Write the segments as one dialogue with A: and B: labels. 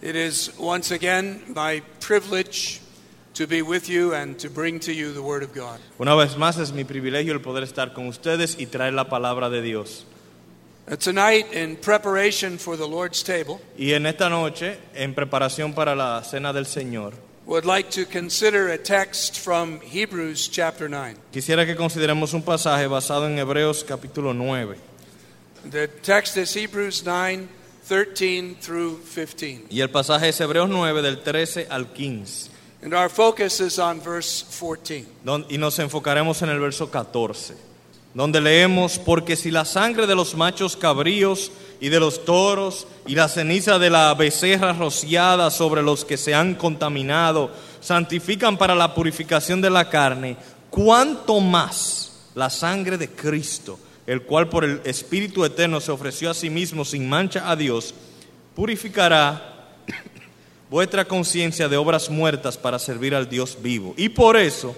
A: It is once again my privilege to be with you and to bring to you the Word of God.
B: Una vez más es mi privilegio el poder estar con ustedes y traer la palabra de Dios.
A: Uh, Tonight, in preparation for the Lord's table,
B: Y en esta noche, en preparación para la cena del Señor,
A: would like to consider a text from Hebrews chapter 9.
B: quisiera que consideremos un pasaje basado en Hebreos capítulo 9.
A: The text is Hebrews 9 13 through 15.
B: Y el pasaje es Hebreos 9 del 13 al 15.
A: And our focus is on verse 14.
B: don- Y nos enfocaremos en el verso 14, donde leemos, porque si la sangre de los machos cabríos y de los toros y la ceniza de la becerra rociada sobre los que se han contaminado santifican para la purificación de la carne, cuánto más la sangre de Cristo, el cual por el Espíritu Eterno se ofreció a sí mismo sin mancha a Dios, purificará vuestra conciencia de obras muertas para servir al Dios vivo. Y por eso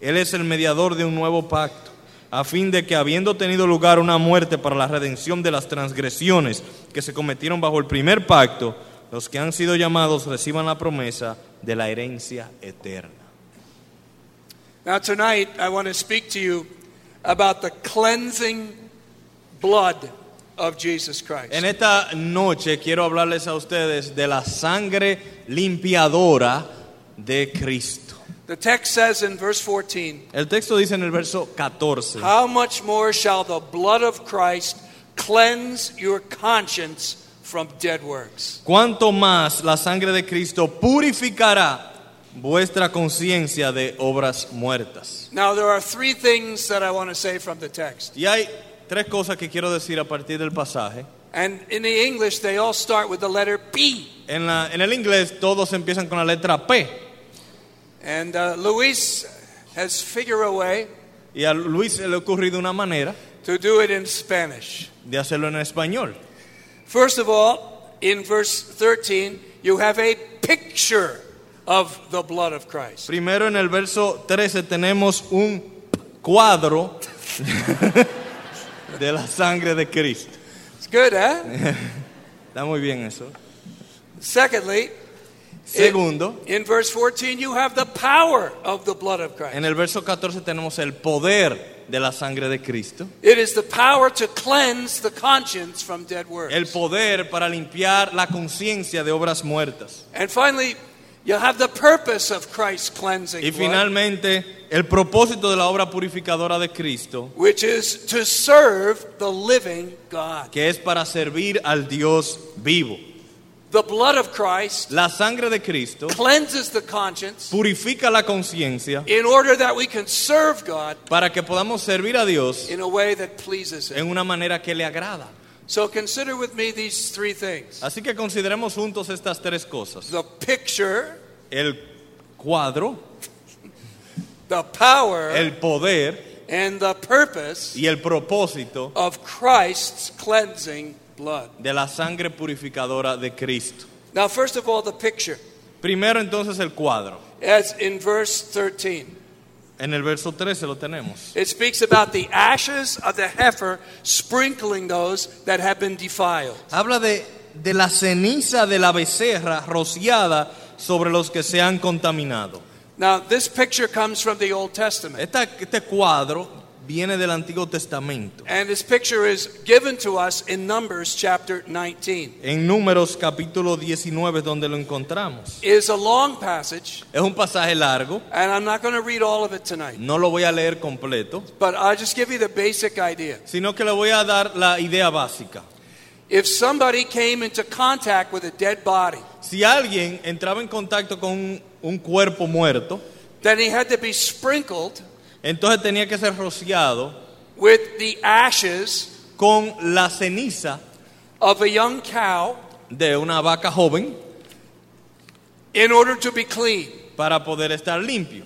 B: Él es el mediador de un nuevo pacto, a fin de que habiendo tenido lugar una muerte para la redención de las transgresiones que se cometieron bajo el primer pacto, los que han sido llamados reciban la promesa de la herencia eterna.
A: Now, tonight, I want to speak to you about the cleansing blood of Jesus Christ.
B: En esta noche quiero hablarles a ustedes de la sangre limpiadora de Cristo.
A: The text says in verse 14,
B: El texto dice en el verso 14.
A: How much more shall the blood of Christ cleanse your conscience from dead works?
B: Cuanto más la sangre de Cristo purificará vuestra conciencia de obras muertas.
A: Now, there are three things that I want to say from the text.
B: Y hay tres cosas que quiero decir a partir del pasaje.
A: And in the English, they all start with the letter P.
B: En, la- en el inglés todos empiezan con la letra P.
A: And uh, Luis has figured a way
B: Y a Luis se le ha ocurrido una manera
A: to do it in Spanish.
B: de hacerlo en español.
A: First of all, in verse 13, you have a picture of the blood of Christ.
B: Primero en el verso 13 tenemos un cuadro de la sangre de Cristo.
A: It's good, huh?
B: Está muy bien eso.
A: Secondly,
B: Segundo,
A: in verse 14, you have the power of the blood of Christ.
B: En el verso 14 tenemos el poder de la sangre de Cristo.
A: It is the power to cleanse the conscience from dead works.
B: El poder para limpiar la conciencia de obras muertas.
A: and finally, you have the purpose of Christ's cleansing
B: Y
A: blood,
B: finalmente, el propósito de la obra purificadora de Cristo,
A: which is to serve the living God.
B: que es para servir al Dios vivo.
A: The blood of Christ
B: La sangre de Cristo
A: cleanses the conscience
B: purifica la conciencia
A: in order that we can serve God
B: para que podamos servir a Dios
A: in a way that pleases Him.
B: en una manera que le agrada.
A: So consider with me these three things
B: Así que consideremos juntos estas tres cosas.
A: the picture,
B: El cuadro,
A: the power,
B: el poder
A: and the purpose
B: y el propósito
A: of Christ's cleansing blood.
B: de la sangre purificadora de Cristo.
A: Now, first of all, the picture,
B: Primero entonces el cuadro.
A: as in verse 13.
B: En el verso 13 lo tenemos.
A: It speaks about the ashes of the heifer sprinkling those that have been defiled.
B: Habla de, de la ceniza de la becerra rociada sobre los que se han contaminado.
A: Now, this picture comes from the Old Testament,
B: Esta- este cuadro viene del Antiguo Testamento.
A: and this picture is given to us in Numbers chapter 19.
B: En Números capítulo 19 es donde lo encontramos.
A: It is a long passage,
B: Es un pasaje largo,
A: and I'm not going to read all of it tonight,
B: no lo voy a leer completo,
A: but I'll just give you the basic idea.
B: sino que le voy a dar la idea básica.
A: If somebody came into contact with a dead body,
B: Si alguien entraba en contacto con un- un cuerpo muerto,
A: then he had to be sprinkled
B: Entonces tenía que ser rociado
A: with the ashes
B: con la ceniza
A: of a young cow
B: de una vaca joven
A: in order to be clean.
B: para poder estar limpio.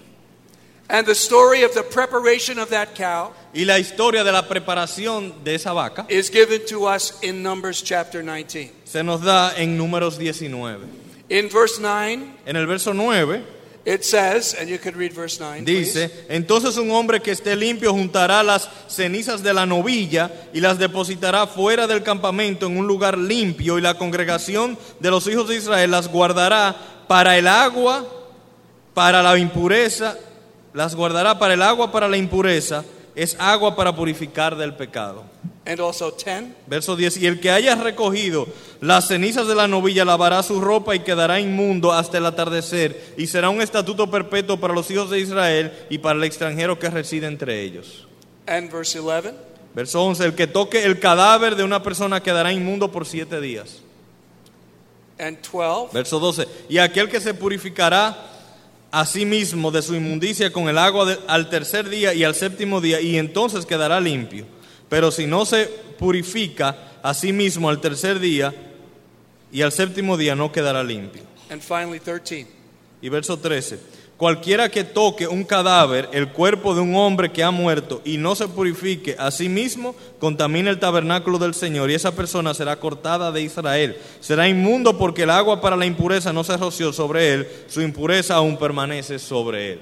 A: And the story of the preparation of that cow
B: Y la historia de la preparación de esa vaca
A: is given to us in Numbers chapter 19.
B: se nos da en números 19.
A: In verse 9,
B: En el verso 9,
A: It says, and you could read verse 9. please.
B: Dice, entonces un hombre que esté limpio juntará las cenizas de la novilla y las depositará fuera del campamento en un lugar limpio y la congregación de los hijos de Israel las guardará para el agua, para la impureza, las guardará para el agua, para la impureza, es agua para purificar del pecado.
A: And also 10.
B: Verso 10, y el que haya recogido las cenizas de la novilla lavará su ropa y quedará inmundo hasta el atardecer, y será un estatuto perpetuo para los hijos de Israel y para el extranjero que reside entre ellos.
A: And verse 11.
B: Verso 11, el que toque el cadáver de una persona quedará inmundo por siete días.
A: And 12.
B: Verso 12, y aquel que se purificará a sí mismo de su inmundicia con el agua de- al tercer día y al séptimo día, y entonces quedará limpio. Pero si no se purifica a sí mismo al tercer día y al séptimo día, no quedará limpio.
A: And finally 13.
B: Y verso 13. Cualquiera que toque un cadáver, el cuerpo de un hombre que ha muerto, y no se purifique a sí mismo, contamina el tabernáculo del Señor, y esa persona será cortada de Israel. Será inmundo porque el agua para la impureza no se roció sobre él, su impureza aún permanece sobre él.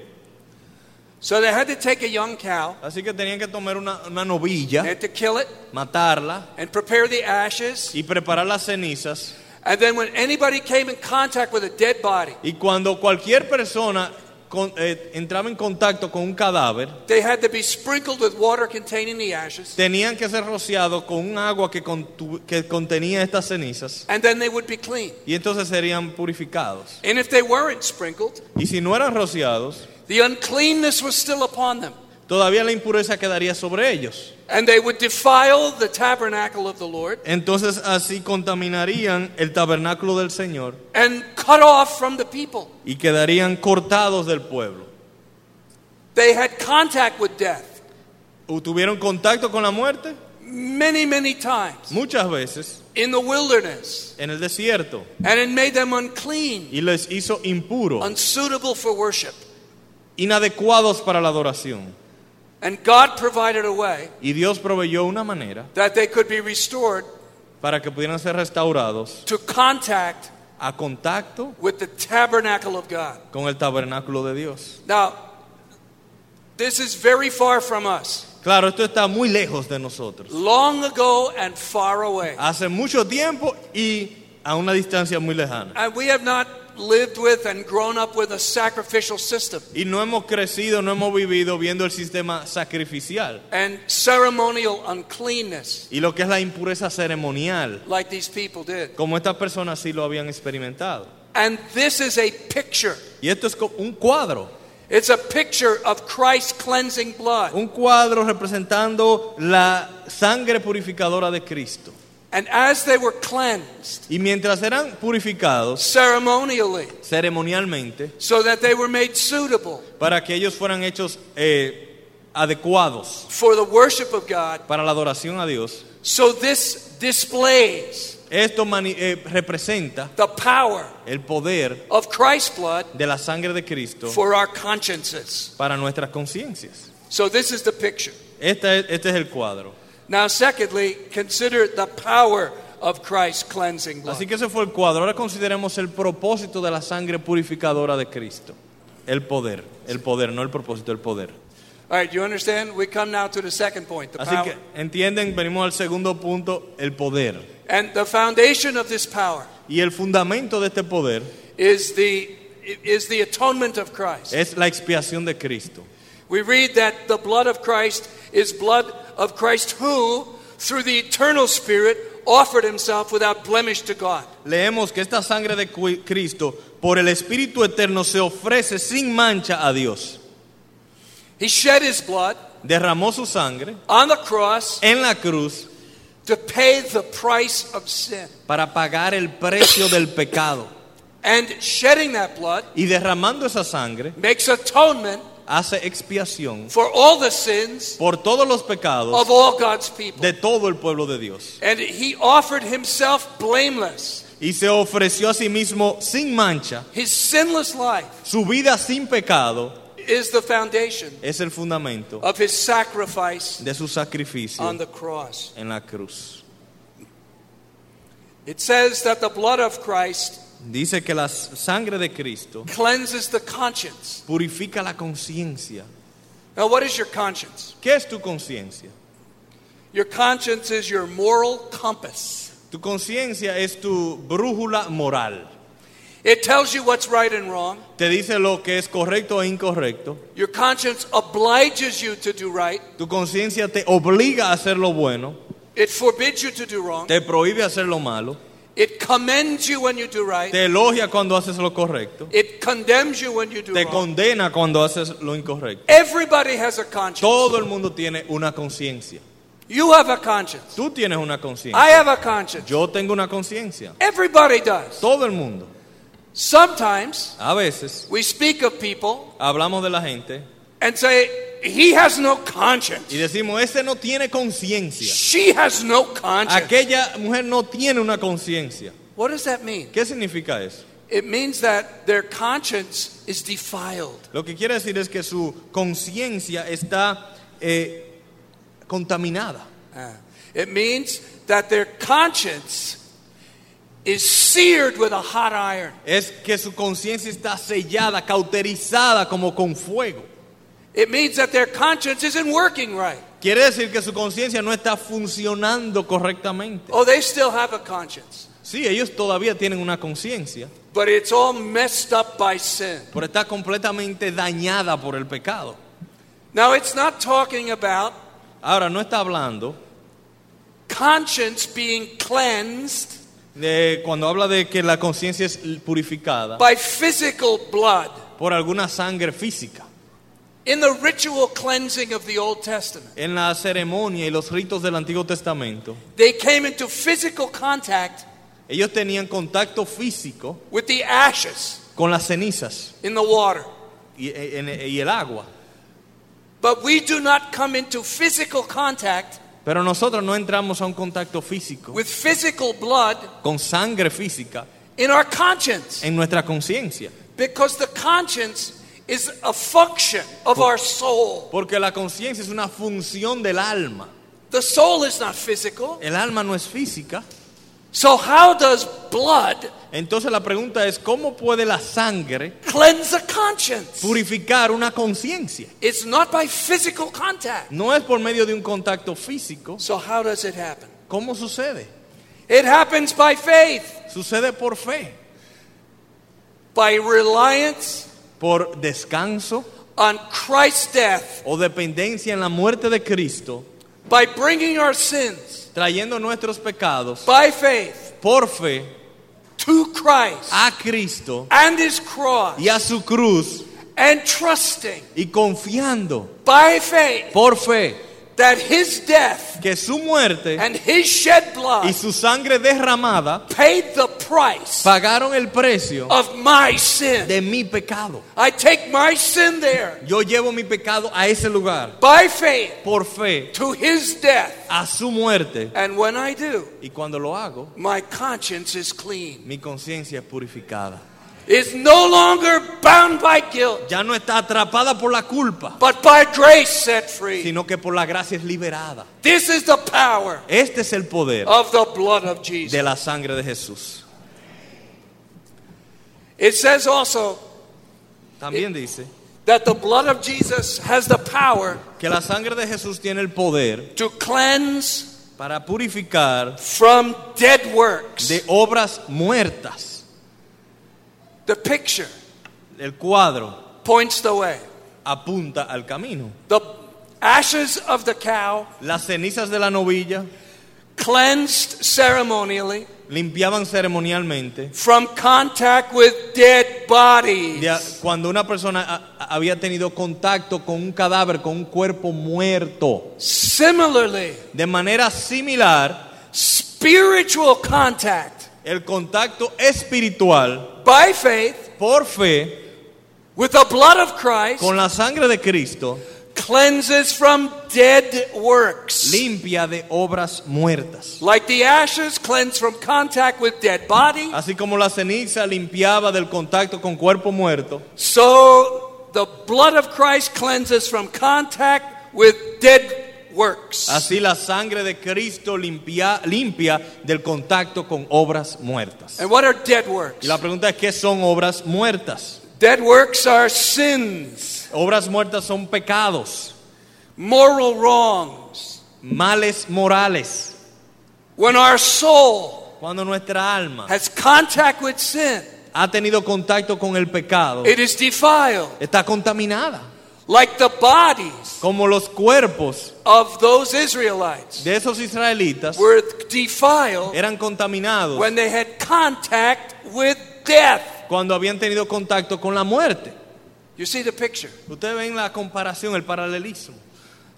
A: So they had to take a young cow,
B: Así que tenían que tomar una, una
A: they
B: novilla,
A: had to kill it,
B: matarla
A: and prepare the ashes.
B: y preparar las cenizas.
A: And then when anybody came in contact with a dead body,
B: Y cuando cualquier persona con- eh, entraba en contacto con un cadáver,
A: they had to be sprinkled with water containing the ashes,
B: tenían que ser rociados con un agua que, contu- que contenía estas cenizas
A: and then they would be clean.
B: y entonces serían purificados.
A: And if they weren't sprinkled,
B: Y si no eran rociados,
A: the uncleanness was still upon them,
B: todavía la impureza quedaría sobre ellos.
A: and they would defile the tabernacle of the Lord
B: Entonces así contaminarían el tabernáculo del Señor
A: and cut off from the people.
B: y quedarían cortados del pueblo.
A: They had contact with death
B: ¿O ¿Tuvieron contacto con la muerte?
A: many, many times
B: Muchas veces
A: in the wilderness,
B: en el desierto
A: and it made them unclean,
B: y les hizo impuros,
A: unsuitable for worship.
B: inadecuados para la adoración.
A: And God provided a way
B: Y Dios proveyó una manera
A: that they could be restored
B: para que pudieran ser restaurados
A: to contact
B: a contacto
A: with the tabernacle of God.
B: con el tabernáculo de Dios.
A: Now, this is very far from us,
B: Claro, esto está muy lejos de nosotros.
A: long ago and far away.
B: Hace mucho tiempo y a una distancia muy lejana.
A: And Uh, we have not lived with and grown up with a sacrificial system
B: Y no hemos crecido, no hemos vivido viendo el sistema sacrificial
A: and ceremonial uncleanness
B: y lo que es la impureza ceremonial,
A: like these people did.
B: como estas personas sí lo habían experimentado.
A: And this is a picture.
B: Y esto es co- un cuadro,
A: It's a picture of Christ's cleansing blood.
B: un cuadro representando la sangre purificadora de Cristo.
A: And as they were cleansed
B: Y mientras eran purificados
A: ceremonially,
B: ceremonialmente,
A: so that they were made suitable
B: para que ellos fueran hechos eh, adecuados
A: for the worship of God,
B: para la adoración a Dios.
A: so this displays
B: Esto mani- eh, representa
A: the power
B: el poder
A: of Christ's blood
B: de la sangre de Cristo
A: for our consciences.
B: para nuestras conciencias.
A: So this is the picture.
B: Esta es- este es el cuadro.
A: Now, secondly, consider the power of Christ's cleansing
B: Así
A: blood.
B: que ese fue el cuadro. Ahora consideremos el propósito de la sangre purificadora de Cristo. El poder, el poder, no el propósito, el poder.
A: All right, you understand? We come now to the second point, the
B: Así que
A: power.
B: entienden, venimos al segundo punto, el poder.
A: And the foundation of this power
B: Y el fundamento de este poder
A: is the is the atonement of Christ.
B: es la expiación de Cristo.
A: We read that the blood of Christ is blood of Christ who through the eternal spirit offered himself without blemish to God.
B: Leemos que esta sangre de cu- Cristo por el Espíritu Eterno se ofrece sin mancha a Dios.
A: He shed his blood
B: derramó su sangre
A: on the cross
B: en la cruz
A: to pay the price of sin.
B: para pagar el precio del pecado.
A: And shedding that blood
B: Y derramando esa sangre
A: makes atonement
B: hace expiación
A: for all the sins
B: por todos los pecados
A: of all God's people.
B: de todo el pueblo de Dios.
A: And he offered himself blameless,
B: Y se ofreció a sí mismo sin mancha.
A: his sinless life
B: Su vida sin pecado
A: is the foundation
B: es el fundamento
A: of his sacrifice
B: de su sacrificio
A: on the cross.
B: en la cruz.
A: It says that the blood of Christ
B: Dice que la sangre de Cristo
A: cleanses the conscience.
B: purifica la conciencia.
A: Now, what is your conscience?
B: ¿Qué es tu conciencia?
A: Your conscience is your moral compass.
B: Tu conciencia es tu brújula moral.
A: It tells you what's right and wrong.
B: Te dice lo que es correcto e incorrecto.
A: Your conscience obliges you to do right.
B: Tu conciencia te obliga a hacer lo bueno,
A: It forbids you to do wrong.
B: te prohíbe hacer lo malo,
A: It commends you when you do right.
B: te elogia cuando haces lo correcto,
A: It condemns you when you do
B: te
A: wrong.
B: condena cuando haces lo incorrecto.
A: Everybody has a conscience.
B: Todo el mundo tiene una conciencia.
A: You have a conscience.
B: Tú tienes una
A: I
B: conciencia.
A: have a conscience.
B: Yo tengo una conciencia.
A: Everybody does.
B: Todo el mundo.
A: Sometimes
B: A veces
A: we speak of people
B: hablamos de la gente
A: and say, he has no
B: y
A: conscience.
B: decimos, ese no tiene conciencia.
A: She has no conscience.
B: Aquella mujer no tiene una conciencia.
A: What does that mean?
B: ¿Qué significa eso?
A: It means that their conscience is defiled.
B: Lo que quiere decir es que su conciencia está eh, contaminada.
A: Ah. It means that their conscience is seared with a hot iron.
B: es que su conciencia está sellada, cauterizada como con fuego.
A: It means that their conscience isn't working right.
B: Quiere decir que su conciencia no está funcionando correctamente.
A: Oh, they still have a conscience,
B: Sí, ellos todavía tienen una conciencia,
A: but it's all messed up by sin.
B: pero está completamente dañada por el pecado.
A: Now, it's not talking about
B: Ahora, no está hablando
A: conscience being cleansed
B: de cuando habla de que la conciencia es purificada
A: by physical blood
B: por alguna sangre física.
A: in the ritual cleansing of the Old Testament.
B: En la ceremonia y los ritos del Antiguo Testamento,
A: They came into physical contact
B: ellos tenían contacto físico
A: with the ashes
B: con las cenizas
A: in the water.
B: y- e, en- y el agua.
A: But we do not come into physical contact
B: Pero nosotros no entramos a un contacto físico
A: with physical blood
B: con sangre física
A: in our conscience
B: en nuestra conciencia,
A: because the conscience is a function of our soul.
B: porque la conciencia es una función del alma.
A: The soul is not physical.
B: El alma no es física.
A: So, how does blood
B: Entonces la pregunta es, ¿cómo puede la sangre
A: cleanse a conscience?
B: purificar una conciencia?
A: It's not by physical contact.
B: No es por medio de un contacto físico.
A: So, how does it happen?
B: ¿Cómo sucede?
A: It happens by faith,
B: Sucede por fe,
A: by reliance
B: por descanso
A: on Christ's death,
B: o dependencia en la muerte de Cristo,
A: by bringing our sins
B: trayendo nuestros pecados
A: by faith
B: por fe
A: to Christ
B: a Cristo
A: and his cross
B: y a su cruz
A: and trusting
B: y confiando
A: by faith
B: por fe
A: that his death
B: que su muerte
A: and his shed
B: y
A: blood
B: su sangre derramada
A: paid the price
B: pagaron el precio
A: of my sin.
B: de mi pecado.
A: I take my sin there
B: Yo llevo mi pecado a ese lugar
A: by faith
B: por fe
A: to his death.
B: a su muerte
A: And when I do,
B: y cuando lo hago
A: my conscience is clean,
B: mi conciencia es purificada.
A: is no longer bound by guilt,
B: Ya no está atrapada por la culpa,
A: but by grace set free.
B: sino que por la gracia es liberada.
A: This is the power
B: Este es el poder
A: of the blood of
B: de
A: Jesus.
B: la sangre de Jesús.
A: It says also
B: También dice
A: that the blood of Jesus has the power
B: que la sangre de Jesús tiene el poder
A: to cleanse
B: para purificar
A: from dead works.
B: de obras muertas.
A: The picture
B: El cuadro
A: points the way.
B: apunta al camino.
A: The ashes of the cow,
B: Las cenizas de la novilla
A: cleansed ceremonially
B: limpiaban ceremonialmente
A: from contact with dead bodies.
B: de a- cuando una persona a- a- había tenido contacto con un cadáver, con un cuerpo muerto.
A: Similarly,
B: De manera similar,
A: spiritual contact
B: el contacto espiritual
A: by faith
B: por fe
A: with the blood of Christ
B: con la sangre de Cristo
A: cleanses from dead works.
B: limpia de obras muertas.
A: Like the ashes cleanse from contact with dead body,
B: Así como la ceniza limpiaba del contacto con cuerpo muerto,
A: so the blood of Christ cleanses from contact with dead works.
B: Así la sangre de Cristo limpia, limpia del contacto con obras muertas.
A: And what are dead works?
B: Y la pregunta es, ¿qué son obras muertas?
A: Dead works are sins,
B: Obras muertas son pecados,
A: moral wrongs.
B: males morales.
A: When our soul
B: Cuando nuestra alma
A: has contact with sin,
B: ha tenido contacto con el pecado,
A: it is defiled,
B: está contaminada.
A: like the bodies
B: Como los cuerpos
A: of those Israelites
B: de esos israelitas
A: were defiled
B: eran contaminados
A: when they had contact with death.
B: cuando habían tenido contacto con la muerte.
A: You see the picture?
B: Ustedes ven la comparación, el paralelismo.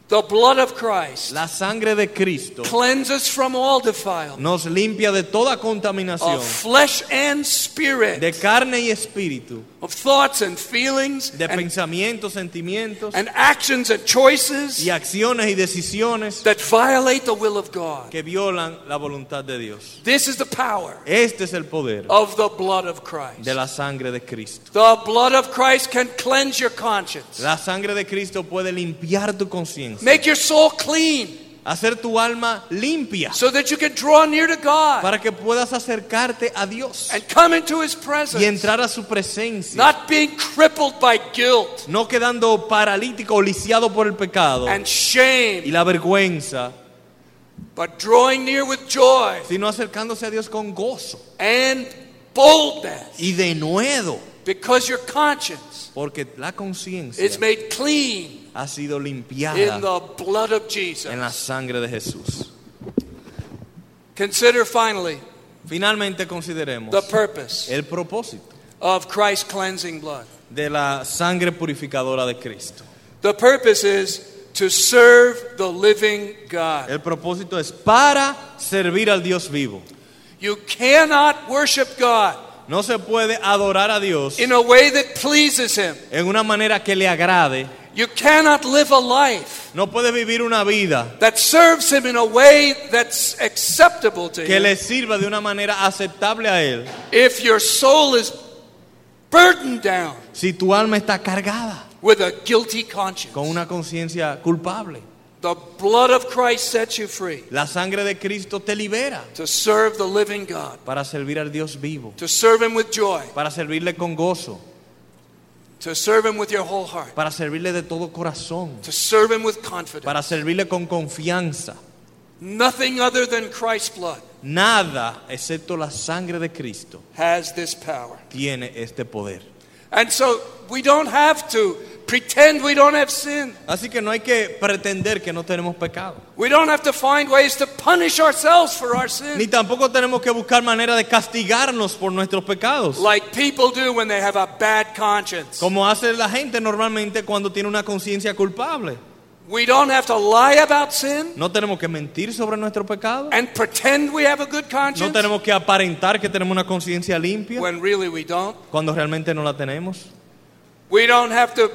A: The blood of Christ
B: La sangre de Cristo
A: cleanses from all defilement
B: nos limpia de toda contaminación
A: of flesh and
B: de
A: spirit,
B: carne y espíritu,
A: of thoughts and feelings
B: de
A: and,
B: pensamientos, sentimientos
A: and actions and choices
B: y acciones y decisiones
A: that violate the will of God.
B: que violan la voluntad de Dios.
A: This is the power
B: Este es el poder
A: of the blood of Christ.
B: de la sangre de Cristo.
A: The blood of Christ can cleanse your conscience,
B: La sangre de Cristo puede limpiar tu conciencia,
A: make your soul clean
B: hacer tu alma limpia
A: so that you can draw near to God
B: para que puedas acercarte a Dios
A: and come into His
B: y
A: presence,
B: entrar a su presencia,
A: not being crippled by guilt
B: no quedando paralítico o lisiado por el pecado
A: and
B: Oh. y
A: shame,
B: la vergüenza,
A: but drawing near with joy
B: sino acercándose a Dios con gozo.
A: and boldness
B: y de nuevo,
A: because your conscience
B: porque la conciencia
A: is made clean
B: ha sido
A: in
B: limpiada
A: the blood of Jesus.
B: en la sangre de Jesús.
A: Consider finally
B: Finalmente consideremos
A: the purpose
B: el propósito
A: of Christ's cleansing blood.
B: de la sangre purificadora de Cristo.
A: The purpose is to serve the living God.
B: El propósito es para servir al Dios vivo.
A: You cannot worship God
B: No se puede adorar a Dios
A: in a way that pleases Him.
B: en una manera que le agrade.
A: You cannot live a life
B: No puede vivir una vida
A: that serves Him in a way that's acceptable to
B: que
A: Him
B: le sirva de una manera aceptable a Él
A: if your soul is burdened down
B: si tu alma está cargada
A: with a guilty conscience.
B: con una conciencia culpable.
A: The blood of Christ sets you free
B: La sangre de Cristo te libera.
A: to serve the living God,
B: para servir al Dios vivo,
A: to serve Him with joy,
B: para servirle con gozo,
A: to serve Him with your whole heart,
B: para servirle de todo corazón,
A: to serve Him with confidence.
B: para servirle con confianza.
A: Nothing other than Christ's blood
B: Nada, excepto la sangre de Cristo,
A: has this power.
B: tiene este poder.
A: And so we don't have to pretend we don't have sin.
B: Así que no hay que pretender que no tenemos pecado,
A: We don't have to find ways to punish ourselves for our sin.
B: ni tampoco tenemos que buscar manera de castigarnos por nuestros pecados,
A: Like people do when they have a bad conscience.
B: como hace la gente normalmente cuando tiene una conciencia culpable.
A: We don't have to lie about sin
B: No tenemos que mentir sobre nuestro pecado,
A: and pretend we have a good
B: no
A: conscience
B: tenemos que aparentar que tenemos una conciencia limpia
A: when really we don't.
B: cuando realmente no la tenemos.
A: We don't have to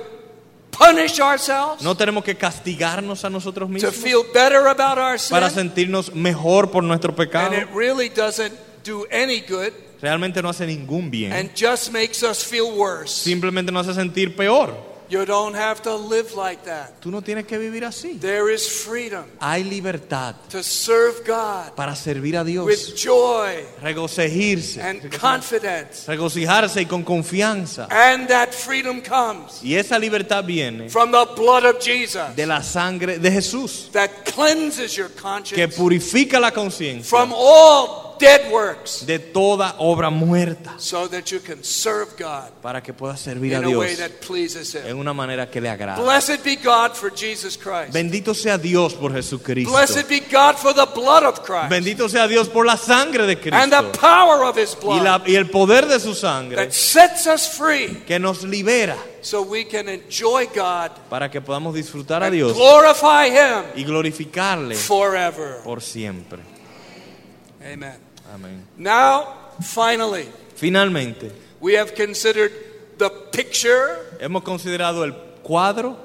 A: punish ourselves
B: No tenemos que castigarnos a nosotros
A: to
B: mismos
A: feel better about our
B: para
A: sin.
B: sentirnos mejor por nuestro pecado.
A: And it really doesn't do any good
B: Realmente no hace ningún bien.
A: and just makes us feel worse.
B: Simplemente nos hace sentir peor.
A: You don't have to live like that.
B: Tú no tienes que vivir así.
A: There is freedom
B: Hay libertad
A: to serve God
B: para servir a Dios,
A: with joy
B: regocijarse,
A: and confidence.
B: regocijarse y con confianza.
A: And that freedom comes
B: Y esa libertad viene
A: from the blood of Jesus
B: de la sangre de Jesús,
A: that cleanses your
B: que
A: conscience
B: purifica la conciencia
A: from all dead works
B: de toda obra muerta
A: so that you can serve God
B: para que pueda servir a
A: in a
B: Dios
A: way that pleases Him.
B: en una manera que le agrade.
A: Blessed be God for Jesus Christ.
B: Bendito sea Dios por Jesucristo.
A: Blessed be God for the blood of Christ
B: Bendito sea Dios por la sangre de
A: and the
B: Cristo
A: power of His
B: y,
A: blood
B: la- y el poder de su sangre
A: that sets us free
B: que nos libera
A: so we can enjoy God
B: para que podamos disfrutar a
A: and
B: Dios
A: glorify Him
B: y glorificarle
A: forever.
B: por siempre.
A: Amen.
B: Amén.
A: Now, finally,
B: Finalmente,
A: we have considered the picture,
B: hemos considerado el cuadro,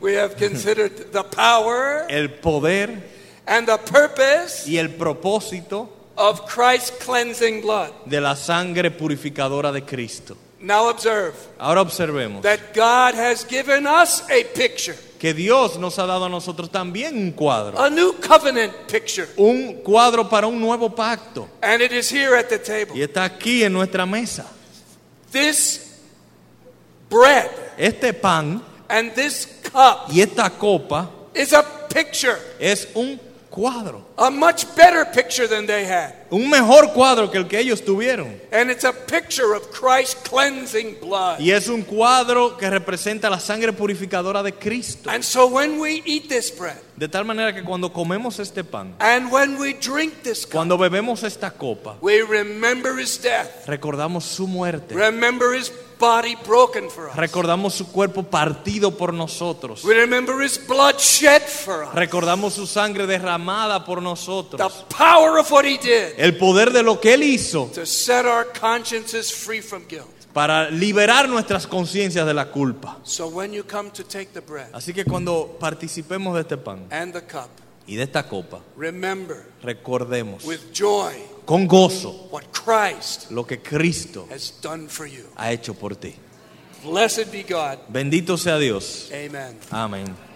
A: we have considered the power
B: el poder
A: and the purpose
B: y el propósito
A: of Christ's cleansing blood.
B: de la sangre purificadora de Cristo.
A: Now observe
B: Ahora observemos
A: that God has given us a picture,
B: que Dios nos ha dado a nosotros también un cuadro,
A: a new covenant picture,
B: un cuadro para un nuevo pacto,
A: and it is here at the table.
B: y está aquí en nuestra mesa.
A: This bread
B: Este pan
A: and this cup
B: y esta copa
A: is a picture,
B: es un cuadro,
A: a much better picture than they had.
B: un mejor cuadro que el que ellos tuvieron.
A: And it's a picture of Christ's cleansing blood.
B: Y es un cuadro que representa la sangre purificadora de Cristo.
A: And so when we eat this bread
B: De tal manera que cuando comemos este pan,
A: and when we drink this cup,
B: cuando bebemos esta copa,
A: we remember his death,
B: recordamos su muerte,
A: remember his body broken for us,
B: recordamos su cuerpo partido por nosotros,
A: we remember his blood shed for us,
B: recordamos su sangre derramada por
A: the
B: nosotros,
A: power of what he did
B: el poder de lo que Él hizo
A: to set our consciences free from guilt.
B: para liberar nuestras conciencias de la culpa.
A: So when you come to take the bread
B: Así que cuando participemos de este pan
A: and the cup,
B: y de esta copa,
A: remember
B: recordemos
A: with joy
B: con gozo
A: what Christ
B: lo que Cristo
A: has done for you.
B: ha hecho por ti.
A: Blessed be God.
B: Bendito sea Dios.
A: Amen.
B: Amén.